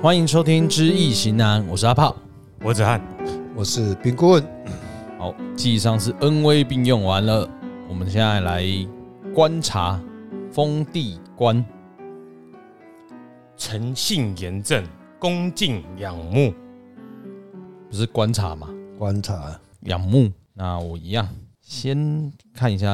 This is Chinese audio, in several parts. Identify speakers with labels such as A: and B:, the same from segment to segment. A: 欢迎收听《知易行难》，我是阿炮。
B: 我子翰，
C: 我是冰顾问，
A: 好，记忆上是恩威并用完了，我们现在来观察封地官。
B: 诚信严正，恭敬仰慕。
A: 不是观察嘛，
C: 观察
A: 仰慕。那我一样，先看一下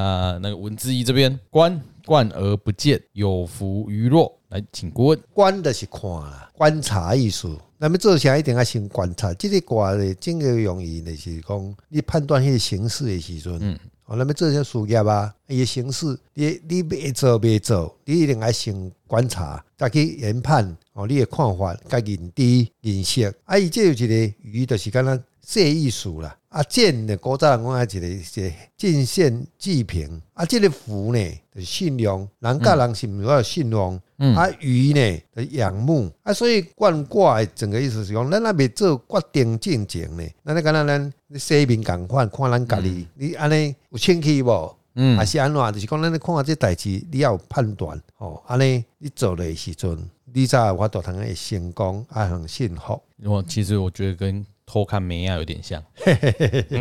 A: 那个文字义这边，观冠而不见，有福于弱。来，请顾问。
C: 观的是看啦，观察艺术。那么做啥一定要先观察，这个卦的真个容易就是讲，你判断迄个形势的时阵，
A: 嗯
C: 哦，那么做些事业啊，伊的形势，你你未做未做，你一定要先观察，再去研判哦，你的看法、甲认知、认识。啊，伊这有一个鱼，就是敢若这艺术啦。啊，剑呢，古早人讲啊，一个一个进献济贫。啊，这个福呢，就是信用，人甲人是毋要有信用。
A: 嗯
C: 啊，鱼呢的仰慕啊，所以冠卦的整个意思是讲，咱若未做决定进前呢，咱咧敢若咱西面共款，看咱家己，你安尼有清气无？
A: 嗯
C: 还，是安怎？就是讲咱咧看下这代志，你要有判断哦。安尼你做的时阵，你才有法度通会成功，啊，很幸福。
A: 我其实我觉得跟偷看梅亚有点 像，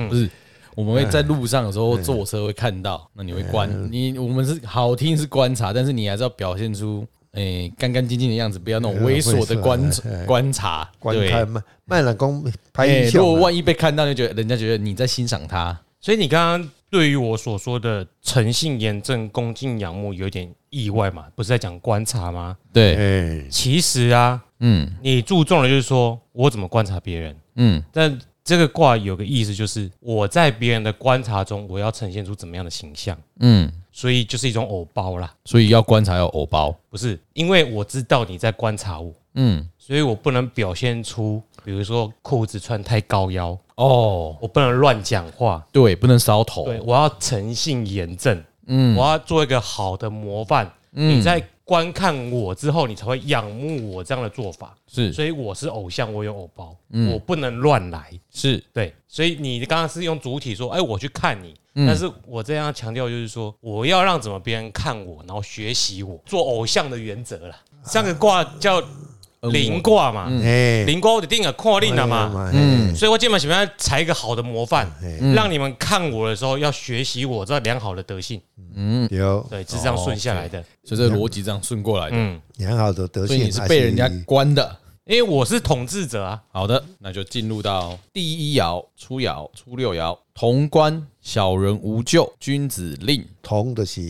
A: 不是？我们会在路上有时候坐车会看到，那你会观
C: 嗯
A: 你我们是好听是观察，但是你还是要表现出诶干干净净的样子，不要那种猥琐的观
C: 呃哎
A: 观察。
C: 观
A: 对
C: 看嘛，卖人讲拍
A: 哎
C: 影
A: 如
C: 响
A: 果
C: 嘛，
A: 万一被看到，就觉得人家觉得你在欣赏他。
B: 所以你刚刚对于我所说的诚信严正、恭敬仰慕有点意外嘛？不是在讲观察吗？
A: 对，
C: 哎，
B: 其实啊，
A: 嗯
B: 你注重的就是说我怎么观察别人，
A: 嗯
B: 但这个卦有个意思就是我在别人的观察中，我要呈现出怎么样的形象，
A: 嗯，
B: 所以就是一种偶包啦，
A: 所以要观察要偶包。
B: 不是因为我知道你在观察我，
A: 嗯
B: 所以我不能表现出，比如说裤子穿太高腰，
A: 哦，
B: 我不能乱讲话，
A: 对，不能烧头。
B: 对，我要诚信严正，
A: 哦嗯
B: 我要做一个好的模范。你
A: 嗯，
B: 在观看我之后，你才会仰慕我这样的做法。
A: 是
B: 所以我是偶像，我有偶包，
A: 嗯
B: 我不能乱来。
A: 是
B: 对，所以你刚刚是用主体说，哎，我去看你，
A: 嗯
B: 但是我这样强调就是说，我要让怎么别人看我，然后学习我，做偶像的原则啦。上个卦叫
A: 嗯
B: 灵卦嘛，
C: 哎，
B: 灵卦我就定了看定了嘛，
C: 嗯，
B: 所以我基本想要裁一个好的模范，
C: 嗯
B: 让你们看我的时候要学习我这良好的德性，
A: 嗯，
C: 对，
B: 对，是这样顺下来的。
A: 所以这个逻辑这样顺过来的。
B: 嗯，
C: 良好的德
A: 所以
C: 性
A: 你是被人家关的。
B: 因为我是统治者啊，
A: 好的，那就进入到第一爻、初爻、初六爻，潼关，小人无咎，君子令。
C: 同就是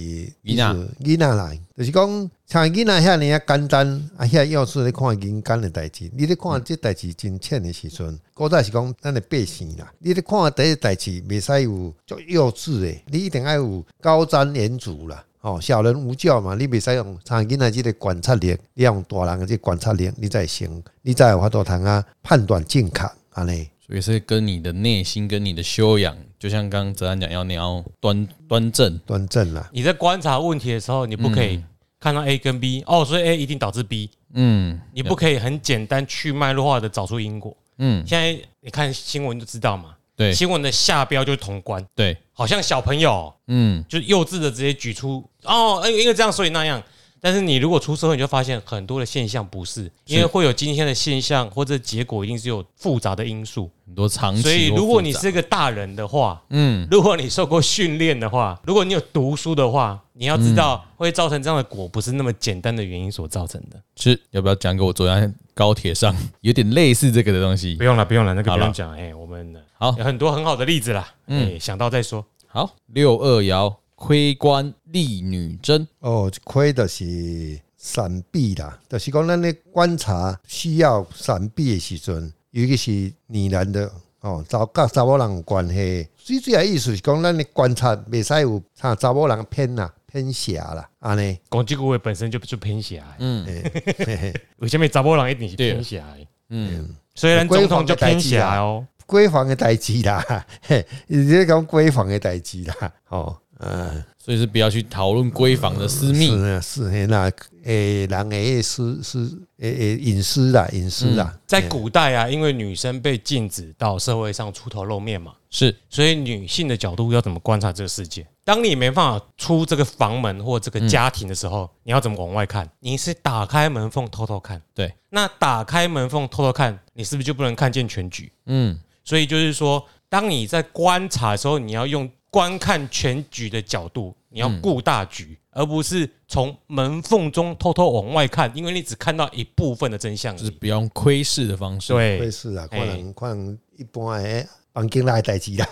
A: 囡仔
C: 囡仔来，就是讲像囡仔遐尼啊简单，啊遐要是咧看人间的代志，你咧看这代志真浅的时阵，古代是讲咱的百姓啦，你咧看第一代志袂使有足幼稚的，你一定要有高瞻远瞩啦。哦，小人无教嘛，你袂使用像囡仔即个观察力，你要用大人的即个观察力，你才会成，你才有法度通啊判断正确安尼。
A: 所以是跟你的内心、跟你的修养，就像刚刚泽安讲，要你要端端正。
C: 端正啦，
B: 你在观察问题的时候，你不可以看到 A 跟 B，哦，所以 A 一定导致 B，
A: 嗯
B: 你不可以很简单去脉络化的找出因果。
A: 嗯，
B: 现在你看新闻就知道嘛，
A: 对
B: 新闻的下标就是同关，
A: 对，
B: 好像小朋友
A: 嗯
B: 就幼稚的直接举出哦，因为因为这样所以那样。但是你如果出社会，你就发现很多的现象不是，因为会有今天的现象或者结果，一定是有复杂的因素。
A: 很多长期。
B: 所以如果你是个大人的话，
A: 嗯
B: 如果你受过训练的话，如果你有读书的话，你要知道会造成这样的果，不是那么简单的原因所造成的。
A: 是要不要讲给我昨天高铁上 有点类似这个的东西
B: 不？用了，不用了，那个
A: 好
B: 不
A: 了
B: 用讲。哎，我们
A: 好
B: 有很多很好的例子啦。嗯，想到再说。
A: 好，六二爻，窥官立女贞。
C: 哦，亏就是闪避啦，就是讲咱咧观察需要闪避的时阵，尤其是女人的哦，查甲查某人有关系。最主要意思是讲，咱咧观察袂使有像查某人偏啦、偏斜啦，安尼。
B: 讲这句话本身就就偏狭哎隘，
C: 嘿嘿
B: 有些面查某人一定是
A: 对
B: 偏狭隘，
A: 嗯，
B: 虽然总统就偏狭隘哦。
C: 闺房的代志啦， 嘿，你咧讲闺房的代志啦，哦，嗯，
A: 所以是不要去讨论闺房的私密
B: 嗯
C: 是。啊，是嘿啦，诶，人诶私私诶诶隐私啦，隐私
A: 嗯
C: 啦，
B: 在古代啊，因为女生被禁止到社会上出头露面嘛，
A: 是
B: 所以女性的角度要怎么观察这个世界？当你没办法出这个房门或这个家庭的时候，你要怎么往外看？你是打开门缝偷偷看。
A: 对，
B: 那打开门缝偷偷看，你是不是就不能看见全局？
A: 嗯，
B: 所以就是说，当你在观察的时候，你要用观看全局的角度，你要顾大局，而不是从门缝中偷偷往外看，因为你只看到一部分的真相而
A: 就是
B: 已。
A: 不要用窥视的方式。，
C: 会
B: 对，
C: 是啊，可
B: 哎
C: 能可能一般诶，房间内代志啦，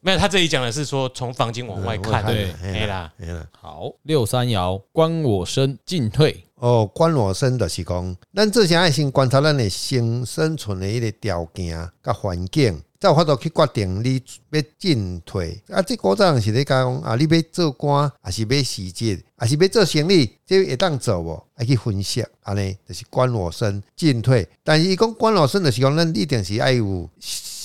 B: 没有，他这里讲的是说从房间往外看，
A: 对
B: 哎啦，
C: 哎啦。
A: 好，六三爻，观我身，进退。
C: 哦，观我身就是讲，咱做啥爱先观察咱的生生存的迄个条件甲环境，才有法度去决定你要进退。啊，这古早人是咧讲啊，你要做官，还是要辞职，还是要做生意，这会当做无？爱去分析，安尼就是观我身进退。但是伊讲观我身就是讲，咱一定是爱有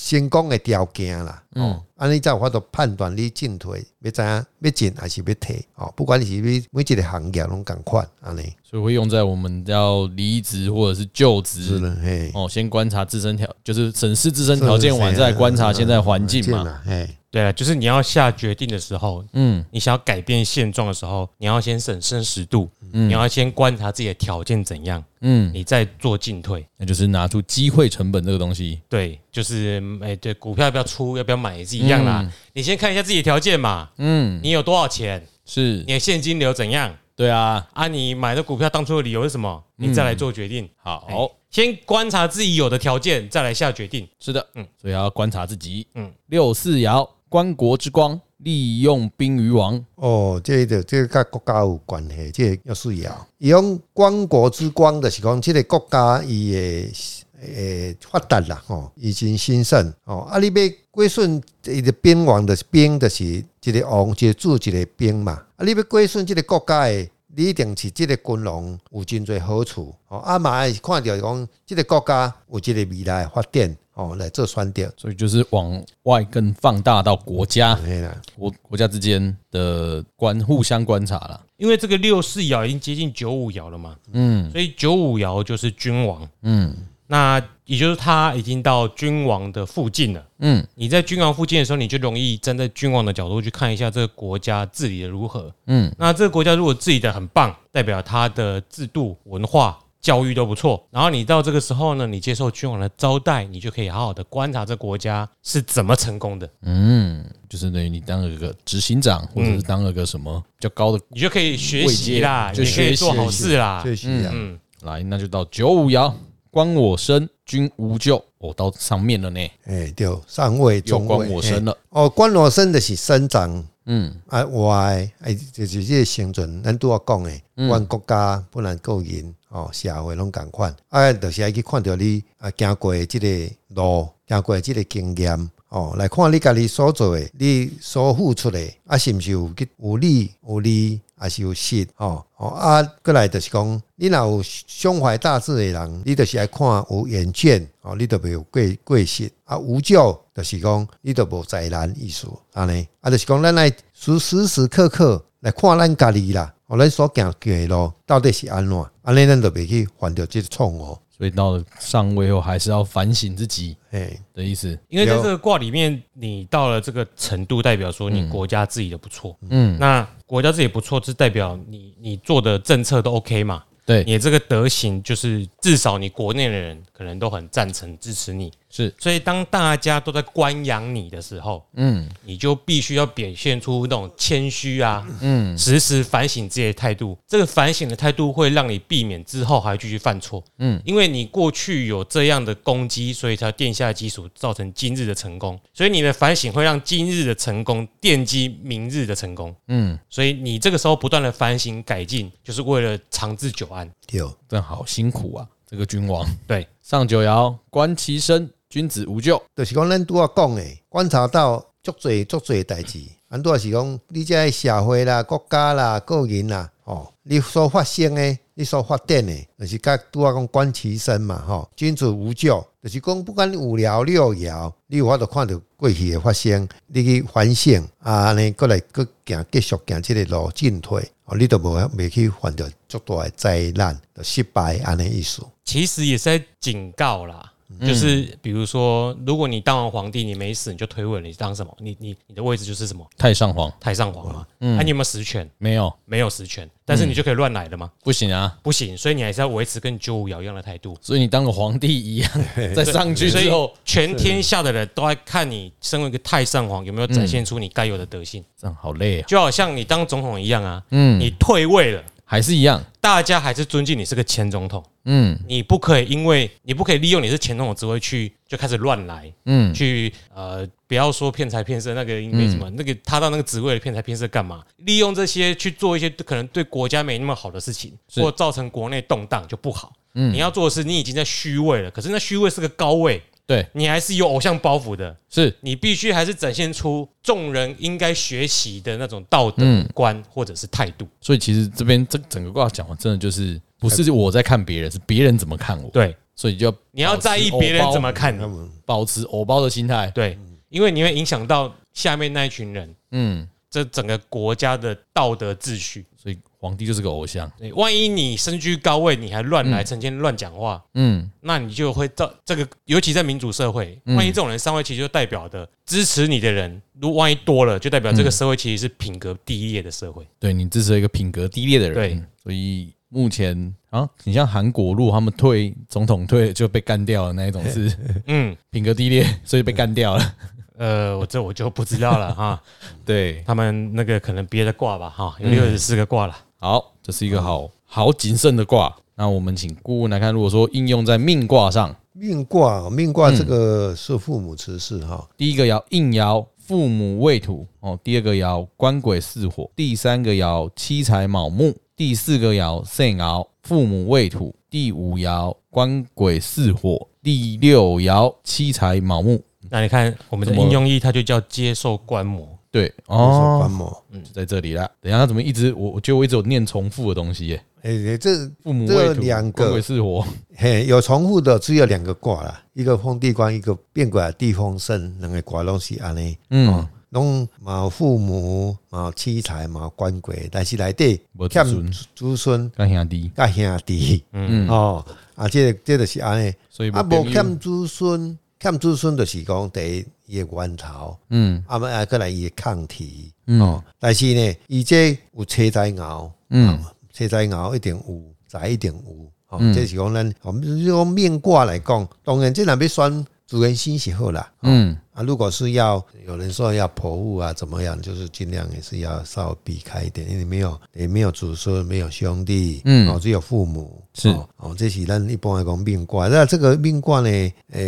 C: 成功的条件啦。哦
A: 嗯，
C: 安尼才有法度判断你进退，要知影要进还是要退哦。不管你是你每一个行业拢共款安尼。
A: 所以会用在我们要离职或者是就
C: 是
A: 职
C: 了，嘿，
A: 哦，先观察自身条，就是审视自身条件完，
C: 啊
A: 再来观察现在环境嘛。
C: 啦，啊嘿，
B: 对了，就是你要下决定的时候，
A: 嗯
B: 你想要改变现状的时候，你要先审慎十度，
A: 嗯
B: 你要先观察自己的条件怎样，
A: 嗯，
B: 你再做进退。
A: 那就是拿出机会成本这个东西。
B: 对，就是哎、对，股票要不要出，要不要买也是一样啦。你先看一下自己的条件嘛，
A: 嗯，
B: 你有多少钱，
A: 是，
B: 你的现金流怎样
A: 对啊。
B: 啊？你买的股票当初的理由是什么？你再来做决定。
A: 嗯
B: 哎
A: 好，
B: 先观察自己有的条件，再来下决定。
A: 是的，嗯
B: 嗯，
A: 所以要观察自己。嗯
B: 嗯，
A: 六四爻，观国之光，利用兵于王。
C: 哦，这个这个甲国家有关系，这个要需要。伊讲光国之光，就是讲这个国家伊的诶发达啦，吼，已经兴盛哦。啊，你要归顺伊的兵王的兵，就是一个王，一个主，一个兵嘛。啊，你要归顺这个国家的。你一定是即个军容有真侪好处哦，啊嘛也是看到讲即个国家有即个未来的发展哦来做选择，
A: 所以就是往外更放大到国家、
C: 嘿啦，
A: 国国家之间的观互相观察啦。
B: 因为这个六四爻已经接近九五爻了嘛，
A: 嗯
B: 所以九五爻就是君王，
A: 嗯
B: 那也就是他已经到君王的附近了。
A: 嗯
B: 你在君王附近的时候，你就容易站在君王的角度去看一下这个国家治理的如何。
A: 嗯，
B: 那这个国家如果治理的很棒，代表它的制度、文化、教育都不错。然后你到这个时候呢，你接受君王的招待，你就可以好好的观察这国家是怎么成功的，
A: 嗯，就是等于你当了个执行长，或者是当了个什么比较高的。
B: 你就可以学习啦，
A: 位阶
B: 你可以做好事啦
C: 这。是啊。
B: 嗯，
A: 来，那就到九五爻，观我身，君无咎。我、到上面了呢，
C: 哎、对，上位、
A: 又
C: 中
A: 观
C: 位，
A: 我身
C: 嘿
A: 了。
C: 哦，关我身就是生长
A: 嗯
C: 啊，外哎，就是这个生存，咱拄啊讲诶，阮国家不然个人哦，社会拢共款，啊，就是爱去看着你啊，行过诶即个路，行过诶即个经验。哦，来看你家己所做诶，你所付出诶，啊，是毋是有去有利有利，还是有失？哦哦啊，过来就是讲，你若有胸怀大志诶人，你就是爱看有远见，哦，你就袂有过过失啊，无教就是讲，你就无灾难意思，安尼啊，就是讲咱来时时时刻刻来看咱家己啦，哦，咱所行过的路到底是安怎，安尼咱就袂去犯着即个错误，
A: 所以到了上位后，还是要反省自己
C: 嘿，
A: 的意思。
B: 因为在这个卦里面，你到了这个程度，代表说你国家治理的不错。
A: 嗯，
B: 那国家治理不错，是代表你你做的政策都 OK 嘛？
A: 对，
B: 你这个德行，就是至少你国内的人可能都很赞成支持你。
A: 是，
B: 所以当大家都在观扬你的时候，
A: 嗯
B: 你就必须要表现出那种谦虚啊，
A: 嗯，
B: 时时反省自己的态度。这个反省的态度会让你避免之后还继续犯错。
A: 嗯
B: 嗯，因为你过去有这样的攻击，所以才奠下基础，造成今日的成功。所以你的反省会让今日的成功奠基明日的成功。
A: 嗯，
B: 所以你这个时候不断的反省改进，就是为了长治久安。
C: 对，
A: 真好辛苦啊，这个君王。
B: 对，
A: 上九爻，观其身，君子无咎。
C: 就是讲咱拄啊讲诶，观察到足侪足侪代志，咱拄啊是讲你遮个社会啦、国家啦、个人啦，哦，你所发生诶，你所发展诶，就是甲拄啊讲观其身嘛，吼、君子无咎，就是讲不管五爻六爻，你有法度看到过去诶发生，你去反省啊，安尼过来搁行继续行即个路进退，哦，你都无袂去犯着足大诶灾难，就失败安尼意思。
B: 其实也是在警告啦，
A: 嗯
B: 就是比如说，如果你当完皇帝，你没死，你就退位了，你当什么？你你你的位置就是什么
A: 太上皇
B: 太上皇嘛？
A: 嗯
B: 啊，你有没有实权？
A: 没有
B: 没有实权，但
A: 嗯
B: 是你就可以乱来了吗？
A: 不行啊，
B: 不行，所以你还是要维持跟九五爻一样的态度。
A: 所以你当个皇帝一 样，再上去
B: 所以
A: 之后，
B: 全天下的人都在看你身为一个太上皇有没有展现出你该有的德性，
A: 这样好累啊，
B: 就好像你当总统一样啊。
A: 嗯
B: 你退位了，
A: 还是一样，
B: 大家还是尊敬你是个前总统，
A: 嗯
B: 你不可以因为你不可以利用你是前总统职位去就开始乱来，
A: 嗯，
B: 去呃，不要说骗财骗色，那个没什么，那个他到那个职位的骗财骗色干嘛？利用这些去做一些可能对国家没那么好的事情，
A: 是嗯
B: 或造成国内动荡就不好。你要做的是，你已经在虚位了，可是那虚位是个高位，
A: 对，
B: 你还是有偶像包袱的，
A: 是
B: 你必须还是展现出众人应该学习的那种道德观或者是态度。
A: 所以其实这边这整个卦讲完，真的就是不是我在看别人，是别人怎么看我，
B: 对，
A: 所以就要
B: 你要在意别人怎么看你，
A: 保持偶包的心态，
B: 对，因为你会影响到下面那一群人，
A: 嗯，
B: 这整个国家的道德秩序。
A: 所以皇帝就是个偶像，
B: 对，万一你身居高位，你还乱来，成天乱讲话，
A: 嗯，
B: 那你就会造这个，尤其在民主社会，万一这种人上位，其实就代表的支持你的人，如万一多了，就代
A: 嗯
B: 表这个社会其实是品格低劣的社会。
A: 对你支持一个品格低劣的人，
B: 对，
A: 所以目前啊，你像韩国路他们退总统退就被干掉了那一种 是
B: 嗯，
A: 品格低劣，所以被干掉了，
B: 呃，我这我就不知道了哈，
A: 对，
B: 他们那个可能别的卦吧哈，
A: 嗯
B: 有六十四个卦了。
A: 好，这是一个好好谨慎的卦。那我们请顾问来看，如果说应用在命卦上，
C: 命卦，命卦这
A: 嗯
C: 个是父母之事哈，
A: 第一个爻应爻父母未土哦，第二个爻官鬼巳火，第三个爻七财卯木，第四个爻肾爻父母未土，第五爻官鬼巳火，第六爻七财卯木。
B: 那你看我们的
A: 嗯怎么
B: 应用义，它就叫接受观摩。
A: 对
C: 哦，观
A: 哦，
C: 摩。
A: 就在这里啦。等一下他怎么一直我我觉得我一直有念重复的东西耶，
C: 哎，这
A: 父母未
C: 这
A: 土，
C: 两个
A: 官鬼巳火，
C: 嘿有重复的只有两个卦啦，一个封地官，一个变卦地风生，两个卦拢是安尼。
A: 嗯，
C: 拢冇父母，冇妻财，冇官鬼，但是内底
A: 无子
C: 欠
A: 孙
C: 子孙
A: 干兄弟，
C: 甲兄弟，
A: 嗯
C: 哦，啊，这个这就是安尼。
A: 所以
C: 啊，
A: 朋友
C: 无欠子孙，欠子孙就是讲第一伊个源头，
A: 嗯
C: 啊，啊，再来伊个抗体。
A: 嗯
C: 但是呢，伊这有车仔牛，
A: 嗯
C: 车仔牛一定有，仔一定有。哦，这是讲咱，我们用面卦来讲，当然这若要选主人心是好啦。
A: 嗯
C: 啊，如果是要有人说要剖腹啊，怎么样，就是尽量也是要稍微避开一点，因为没有也没有子孙，没有兄弟，
A: 嗯
C: 哦，只有父母，
A: 是
C: 哦，哦这是咱一般来讲命卦。那这个命卦呢，呃，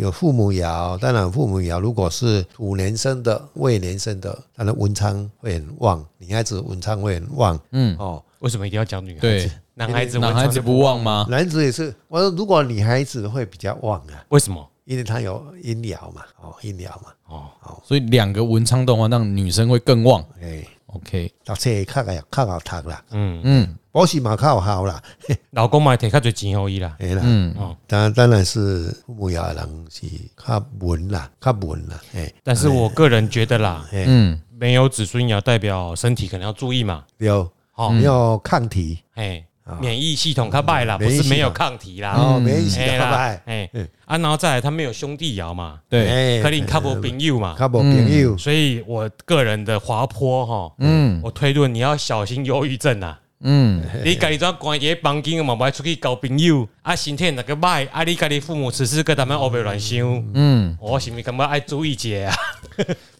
C: 有父母爻，当然父母爻如果是土年生的、未年生的，他的文昌会很旺，女孩子文昌会很旺，
A: 嗯，
C: 哦，
B: 为什么一定要讲女孩
A: 对
B: 子？，男孩子
A: 男孩子不忘吗？
C: 男子也是。我说如果女孩子会比较旺啊，
B: 为什么？
C: 因为她有阴爻嘛，哦，阴爻嘛，
B: 哦，
A: 所以两个文昌动画让女生会更旺。
C: 哎、
A: OK，
C: 读册会较个较好读啦，
B: 嗯，
A: 嗯
C: 补习嘛较有效啦，
B: 老公嘛，提较多钱给伊啦。
C: 哎啦，
A: 嗯，
B: 哦，
C: 当当然是父母也人是较文啦，较文啦，哎、
B: 但是我个人觉得啦，
C: 哎、
A: 嗯，
B: 没有子孙也要代表身体可能要注意嘛。
C: 有
B: 哦，
C: 有抗体，
B: 哎
C: 啊，
B: 免疫系统较败啦，不
C: 免疫系
B: 是
C: 统
B: 没有抗体
C: 然
B: 啦。
C: 后免疫系
B: 哎
C: 统
B: 啦
C: 拜，，
B: 哎
C: 嗯
B: 啊，然后再来他没有兄弟爻嘛，
A: 对，
B: 可能较无朋友嘛。
C: 较无朋友，
B: 所以我个人的滑坡哈，
A: 嗯
B: 我推论你要小心忧郁症啊。
A: 嗯
B: 你家己怎关一个房间嘛，爱出去交朋友，啊，身体若个歹，啊，你家己父母此时跟他们黑白乱想，
A: 嗯，
B: 我是毋是感觉爱注意一下啊？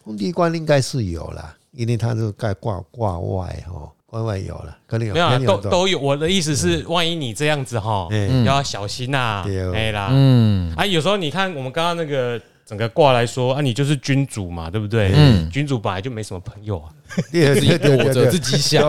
C: 空地官应该是有啦，因为他是盖挂挂外哦，挂外有啦，可能有，
B: 没有
C: 可
B: 啊，
C: 能
B: 都
C: 的，
B: 都有。我的意思是，万一你这样子哈，
C: 嗯
B: 要小心呐
C: 对哦，
B: 哎啦，
A: 嗯
B: 啊，有时候你看我们刚刚那个整个卦来说，啊，你就是君主嘛，对不对？
A: 嗯
B: 君主本来就没什么朋友啊，
C: 对
A: 自己
C: 对对
A: 躲
C: 对
A: 着自
C: 对，
A: 己 想，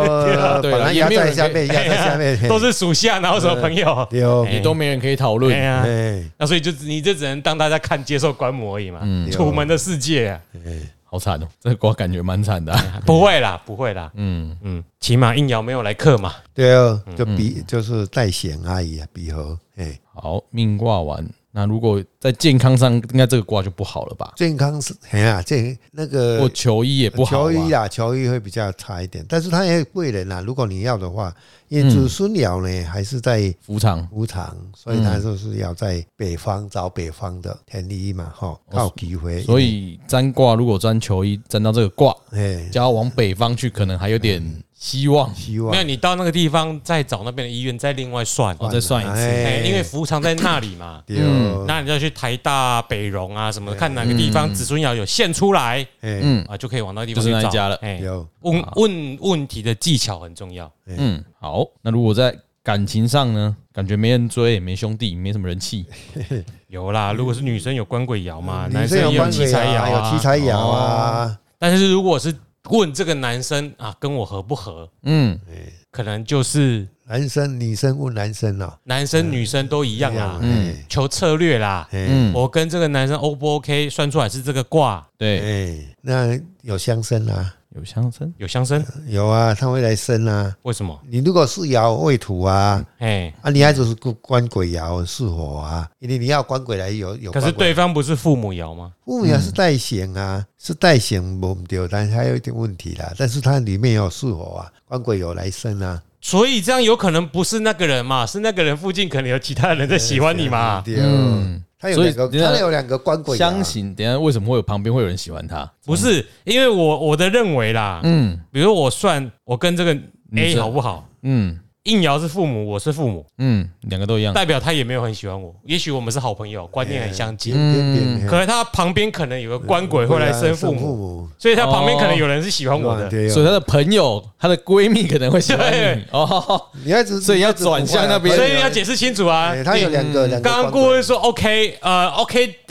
A: 对
C: 本
A: 啦
C: 来
A: 也
C: 压
A: 没有
C: 在
A: 人
C: 下
A: 可以哎
C: 面，压在下面，
B: 都是属下，哪有什么朋友？
C: 对哦，
A: 也都没人可以讨
B: 对
A: 论。
B: 呀，
A: 啊
C: 哎，
B: 那所以就只你就只能当大家看、接受、观摩而已嘛。
A: 嗯
B: 楚门的世界啊
C: 哎
A: 好惨哦，这个瓜感觉蛮惨的啊。
B: 不会啦，不会啦，
A: 嗯，
B: 嗯，起码应爻没有来克嘛。
C: 对哦，就比就是代显而已啊，比和，哎，
A: 好，命卦完，那如果在健康上，应该这个卦就不好了吧？
C: 健康是哎呀，这那个
A: 或球衣也不好
C: 球衣
A: 吧？
C: 啊，球衣会比较差一点，但是它也贵人啦。如果你要的话，因为
A: 嗯
C: 子孙鸟呢还是在
A: 服场
C: 无常，所以
A: 嗯
C: 它就是要在北方找北方的天地嘛，哈，靠机会。
A: 哦所以占卦如果占球衣，占到这个卦，
C: 哎，
A: 就要往北方去，可能还有点希望。
C: 希
B: 没有，
C: 望，
B: 你到那个地方再找那边的医院，再另外算。
A: 哦再算一次
B: 哎，因为服务场在那里嘛
C: 啊对，哦
B: 那你就要去台大、北荣啊什么的，看哪个地方子孙爻有现出来
C: 哎
A: 嗯
B: 啊，就可以往那个地
A: 就
B: 方
A: 是
B: 去
A: 那一
B: 找
A: 家了
B: 哎，
C: 有啊
B: 问问问题的技巧很重要。
A: 嗯，好。那如果在感情上呢，感觉没人追，也没兄弟，没什么人气，
B: 有啦，如果是女生有官鬼爻嘛，
C: 嗯女
B: 啊男生
C: 生
B: 也
C: 有
B: 有
C: 关
B: 七
C: 系
B: 财爻
C: 啊，有
B: 啊哦
C: 七彩窑啊，
B: 但是如果是问这个男生啊，跟我合不合，
A: 嗯，
B: 可能就是
C: 男生女生问男生啊，
B: 男生女生都一样啊嗯啦，
C: 哎
B: 求策略啦。
C: 哎
A: 嗯，
B: 我跟这个男生 O 不 OK，算出来是这个卦
A: 对，
C: 哎，那有相生啊，
A: 有相生，
B: 有相生，
C: 有啊，他会来生啊。
B: 为什么？
C: 你如果是爻未土啊，
B: 哎，
C: 啊，你还就是关鬼爻是火啊，因为你要关鬼来有有
B: 可
C: 关
B: 是
C: 鬼。
B: 对方不是父母爻吗？
C: 父母爻是代行啊，是代行不对，但是还有一点问题啦。但是它里面有是火啊，关鬼有来生啊，
B: 所以这样有可能不是那个人嘛，是那个人附近可能有其他人在喜欢你嘛。
C: 对，
A: 嗯
C: 它有
A: 所以
C: 两个，
A: 等一下
C: 它有两个关鬼啊爻
A: 相信，等一下为什么会有旁边会有人喜欢他？
B: 不是，因为我我的认为啦，
A: 嗯
B: 比如我算我跟这个
A: 女
B: A
A: 生
B: 好不好，
A: 嗯
B: 应爻是父母，我是父母，
A: 嗯，两个都一样。
B: 代表他也没有很喜欢我，也许我们是好朋友，观念很相近，
C: 边边边，
B: 可能他旁边可能有个官嗯鬼会来生父
C: 啊父
B: 母，
C: 母，
B: 所以他旁边可能有人是喜欢我
C: 哇
B: 的。
C: 对
A: 所以
C: 哦，
A: 她的朋友、她的闺蜜可能会喜欢你
B: 对
A: 哦。
C: 你要只
A: 所以要转向
C: 啊
A: 那边
B: 所以要解释清楚啊！
C: 对它哎有两个
B: 你
C: 两个
B: 刚刚顾问说 OK，呃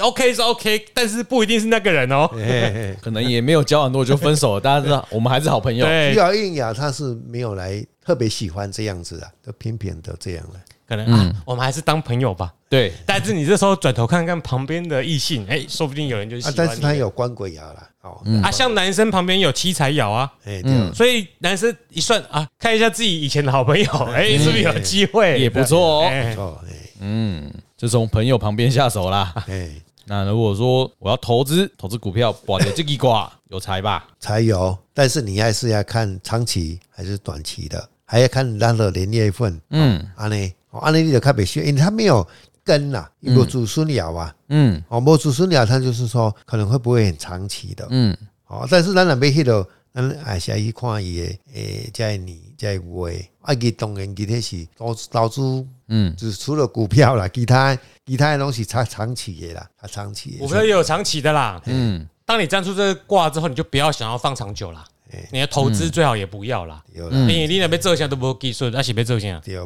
B: ，OK，OK 是 OK，但是不一定是那个人哦。
C: 释，
A: 可能也没有交往多久就分手了，大家知道我们还是好朋友。
B: 对，
C: 爻应爻它是没有来特别喜欢这样子的，啊都偏偏的这样了。
B: 可能啊，我们还是当朋友吧。
A: 对，
B: 但是你这时候转头看看旁边的异性，哎，说不定有人就喜
C: 啊
B: 欢，你
C: 但是他有关鬼爻啦，哦，
B: 啊，像男生旁边有七彩爻啊，
C: 哎，对哦
A: 嗯，
B: 所以男生一算啊，看一下自己以前的好朋友，哎，是不是有机会？
A: 也不错哦。
B: 哎
C: 不错，哎
A: 嗯，就从朋友旁边下手啦。
C: 哎，
A: 那如果说我要投资，投资股票，哇，有这个卦有财吧？
C: 才有，但是你还是要看长期还是短期的，还要看它的年月份，
A: 嗯
C: 安尼，哦安尼你就较袂小，因为它没有根呐、有没有子孙鸟啊，
A: 嗯
C: 哦，没有子孙鸟，它就是说可能会不会很长期的，
A: 嗯
C: 哦，但是咱若要迄落，咱也是要去看伊诶，诶，在年在月，啊，伊当然其他是投资投资，
A: 嗯，
C: 就是除了股票啦，其他其他的拢是长长期的啦，啊，长期的，
B: 股票也有长期的啦。
A: 嗯，
B: 当你站出这个卦之后，你就不要想要放长久啦，你的投资最好也不要啦。哎
C: 对啦，
A: 嗯
B: 你你那边做一下都不技术，而且别做一下，
C: 对，无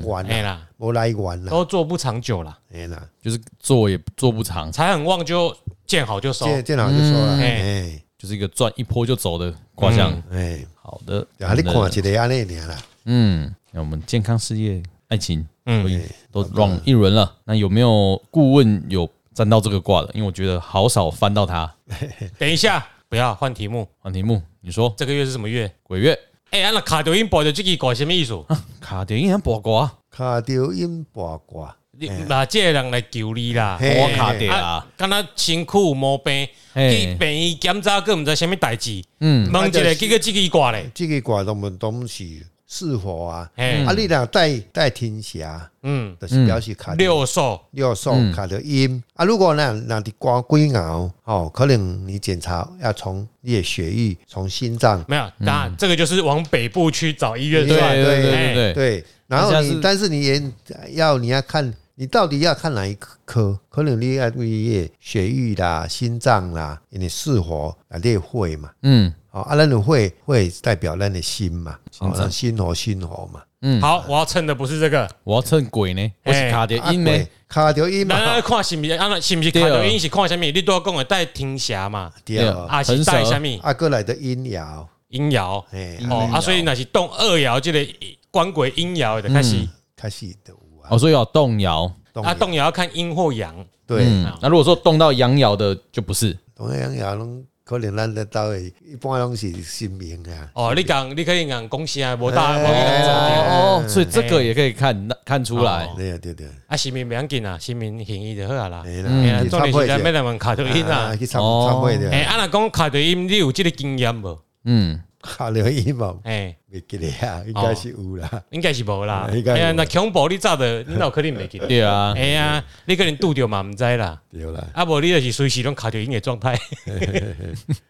C: 滚
B: 哎
C: 完啦，
B: 啦，
C: 无来源啦，
B: 都做不长久啦，
C: 哎啦，
A: 就是做也做不长，
B: 财很旺就见好就收。
C: 这这老就说啦，
B: 嗯
C: 哎
A: 就是一个赚一波就走的卦象。
C: 哎，
A: 好的，
C: 对啊，你看一个安尼尔啦，
A: 嗯，那我们健康、事业、爱情
B: 嗯，
A: 都 run 一轮了。那有没有顾问有沾到这个卦的？因为我觉得好少翻到它。
B: 等一下，不要换题目，
A: 换题目，你说
B: 这个月是什么月？
A: 鬼月
B: 哎，俺那卡抖音播的这个卦什么意思？
A: 卡点一样八卦，
C: 卡着因八卦，
B: 你那这个人来求你啦，
C: 嘿
A: 我卡点啊，
B: 敢若身躯有毛病，去
A: 嘿
B: 病院检查，佫毋知啥物代志，
A: 嗯
B: 问一个结果自己挂咧。
C: 这个卦都们都是是否啊？
B: 嘿
C: 啊，，你若带带天下，
B: 嗯，
C: 就是表示卡着
B: 六嗯寿，
C: 六手卡着阴啊。如果呢，那你刮龟熬哦，可能你检查要从你的血液、从心脏，
B: 没有，当然这个就是往北部区找医院
A: 嗯对
B: 算。
A: 对对对
B: 哎
A: 对，
C: 对，然后
A: 那像
C: 你
A: 是
C: 但是你也要你要看。你到底要看哪一科？可能你要你的血液啦、心脏啦，你是否啊你会嘛？
A: 嗯
C: 哦，啊，咱的会会代表咱的心嘛，
A: 心
C: 哦，
A: 脏
C: 咱心火心火嘛，
A: 嗯，
B: 好，我要称的不是这个，
A: 我要趁鬼呢，我是卡点音呢，
C: 啊卡着音
B: 咱
C: 嘛
B: 要，看是毋是，啊，那是毋是
A: 对哦
B: 卡抖音是看啥物？你拄要讲的带天邪嘛，
C: 对
A: 对
C: 啊，
B: 啊是带啥物？
C: 啊，过来的阴爻，
B: 阴爻
C: 哎，
B: 哦啊，所以若是动二爻，即个官鬼阴爻的开
A: 嗯
B: 始，
C: 开始的有啊，
A: 哦，所以要动嗯摇。
C: 动
B: 啊，
C: 摇
B: 动爻要看阴或阳。
C: 对，
A: 嗯，那如果说动到阳爻的就不是，
C: 动阳爻拢可能咱咧兜诶一般拢是新明啊。
B: 哦，你讲你可以讲恭喜啊，无大无
C: 哎
B: 大
A: 哦，所以这个也可以看看出来
B: 哦。
C: 对啊对啊对啊，
B: 啊，市民袂要紧啊，市民行医就好啊啦。
C: 哎
B: 哎
C: 啦，
B: 呀
C: 去
B: 重点
C: 参
B: 是
C: 会
B: 咱要
C: 者，
B: 来问卡对音
C: 啊
B: 啊。
C: 去参
A: 哦
C: 参会者，
B: 哎，啊，若讲卡对音，你有即个经验无？
A: 嗯，
C: 卡了伊啊嘛，
B: 哎，
C: 袂记得
A: 哦
C: 啊，应该是有啦。
B: 应该是无啦。
C: 应该
B: 哎
C: 是
B: 呀，
C: 无
B: 若恐怖你早的，你哪有可能袂记得？
A: 对啊，
B: 哎呀，你可能拄着嘛，毋知啦。
C: 对啦，
B: 啊，无你就是随时拢卡着音的状态。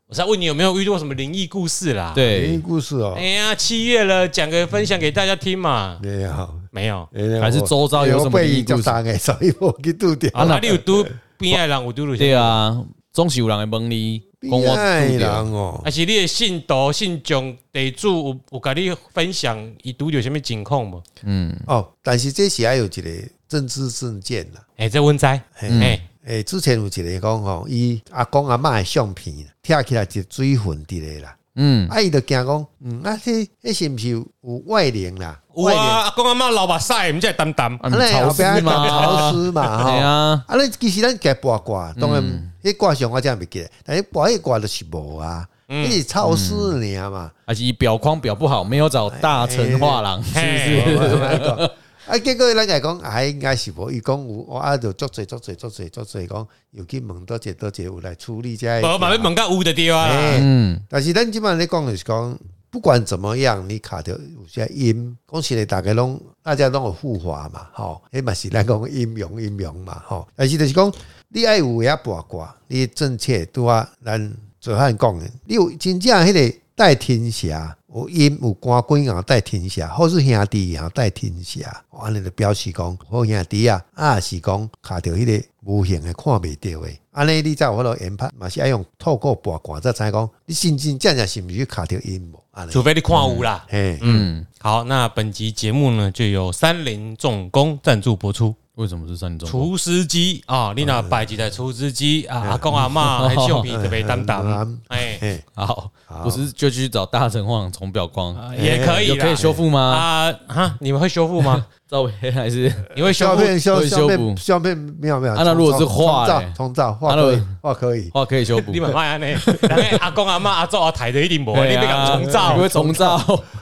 B: 我在问你有没有遇到什么灵异故事啦？，
C: 灵异
A: 对，
C: 故事哦
B: 哎，呀，七月了，讲个分享给大家听嘛。
C: 对啊，
B: 没有，
C: 哎呀
A: 还是周遭有什么灵异故事
C: 我被伊接重的所以无去 拄着。
B: 啊，那你有拄边爱人有拄着？
A: 对，啊，总是有人会问你，讲我
C: 爱
A: 拄
C: 人
A: 着
C: 哦，
B: 啊，是你的信徒、信众、地主有有甲你分享伊拄着什么情况无？
A: 嗯，
C: 哦，但是这是还有一个政治证件啦。
B: 哎，这阮知，哎，
C: 诶，之前有一个讲吼，伊阿公阿嬷的相片拆起来一水分伫咧啦，
A: 嗯，
C: 啊伊就惊讲，嗯，啊迄迄是毋是有有外灵啦？
B: 有
C: 外
B: 啊，阿公阿嬷流目屎，毋才淡淡。
A: 啊，
C: 灵，
A: 你
C: 咱
A: 潮
C: 后壁
A: 湿吗？
C: 潮湿嘛吼
A: 对。啊，
C: 啊，咱其实咱加八卦，当然迄卦上我真袂记得，但是跋迄卦就是无啊，迄是潮湿尔嘛。
A: 而且表框表不好，没有找大成画廊，是不是？
B: 嘿
C: 啊，结果咱来讲，哎，应该是无，伊讲有，我啊就足侪足侪足侪足侪讲，又去问多者多者有来处理这。
A: 哎
B: 无嘛，要问甲有就对啊啦。
C: 哎，
A: 嗯，
C: 但是咱即满咧讲就是讲，不管怎么样，你卡着有些音，讲实咧，大家拢大家拢有护法嘛，吼，迄嘛是咱讲阴阳阴阳嘛，吼，但是就是讲，你爱有遐八卦，你正确拄啊，咱做汉讲的，你有真正迄个带天下。有阴有官官也带天下，好是兄弟也带天下，哦安尼就表示讲好兄弟啊，啊是讲卡着迄个无形的看袂着的，安尼你才有法度研判，嘛是爱用透过八卦才知讲你真真正正是毋是卡着阴无安尼。
B: 除非你看有啦。
C: 嘿，
A: 嗯，
B: 好，那本集节目呢，就由三菱重工赞助播出。
A: 为什么是三中？
B: 厨师机啊，你若摆一台厨师机啊，
A: 嗯
B: 阿公阿嬷还橡皮特 别担当，哎，
C: 嘿，
A: 好，不是就去找大成画廊重表框，
B: 啊
A: 哎
B: 也可以
A: 有
B: 啦。
A: 可以修复吗？
B: 啊哈，你们会修 复吗？
A: 照片还是
B: 你会修
C: 相
B: 复？
C: 片相
A: 会
C: 相
A: 修补
C: 片相片没有没有。
A: 啊那如果是
C: 重
A: 画
C: 照
A: 嘞
C: 重照
A: 啊
C: 画
A: 那
C: 可以画可以，
A: 画可以修补
B: 你？们卖安 尼，人家阿公阿嬷阿祖阿太的一定无，啊你别讲重造
A: 你，会重 照？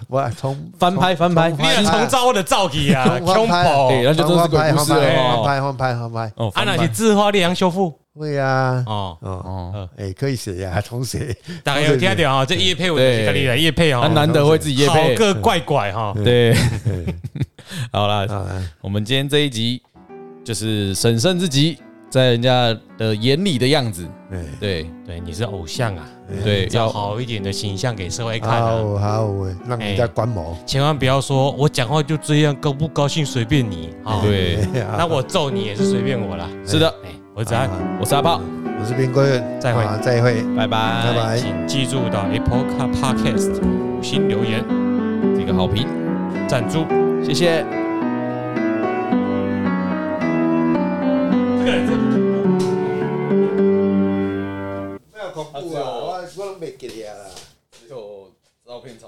C: 我重
A: 翻拍翻拍
B: 你若
C: À,
B: 重造我的造去啊，恐
C: 重翻拍
A: 哎，
B: 怖。
A: 那就真是鬼故事了
C: 翻
A: 哦。
C: 拍翻拍翻拍，
A: 哦，
B: 啊，
A: 翻
B: 那
A: 拍
B: 是字画，你能修复
C: 会啊，
B: 哦。
C: 哦，
A: 哦，
C: 哎，可以写 呀，重写。
B: 大家有听到啊？这叶配我就是跟你来叶配哦
A: 那，难得会自己夜
B: 好
A: 配，
B: 个怪怪哈。
A: 对， 好啦，
C: 啊
A: 我们今天这一集就是审慎自己在人家的眼里的样子，
C: 哎，
A: 对
B: 对，你是偶像啊，
A: 对，
B: 要
A: 要
B: 好一点的形象给社会看啊，
C: 好好喂，让人家观摩。
B: 千万不要说我讲话就这样，高不高兴随便你啊。，
A: 对，
C: à,
B: 那我揍你也是随便我啦。
A: 哦是的，
B: 哎，我只爱
A: 我是阿炮，
C: 我是边哥，
B: 再会
C: 啊再会，
A: 拜
C: 拜
A: 拜，
C: 拜。
B: 请记住到 Apple Car Podcast 五星留言
A: 这个好评，
B: 赞助。
A: 谢谢。
C: 不要恐
A: 怖啊我
C: 我拢袂记得啦。
A: 就照片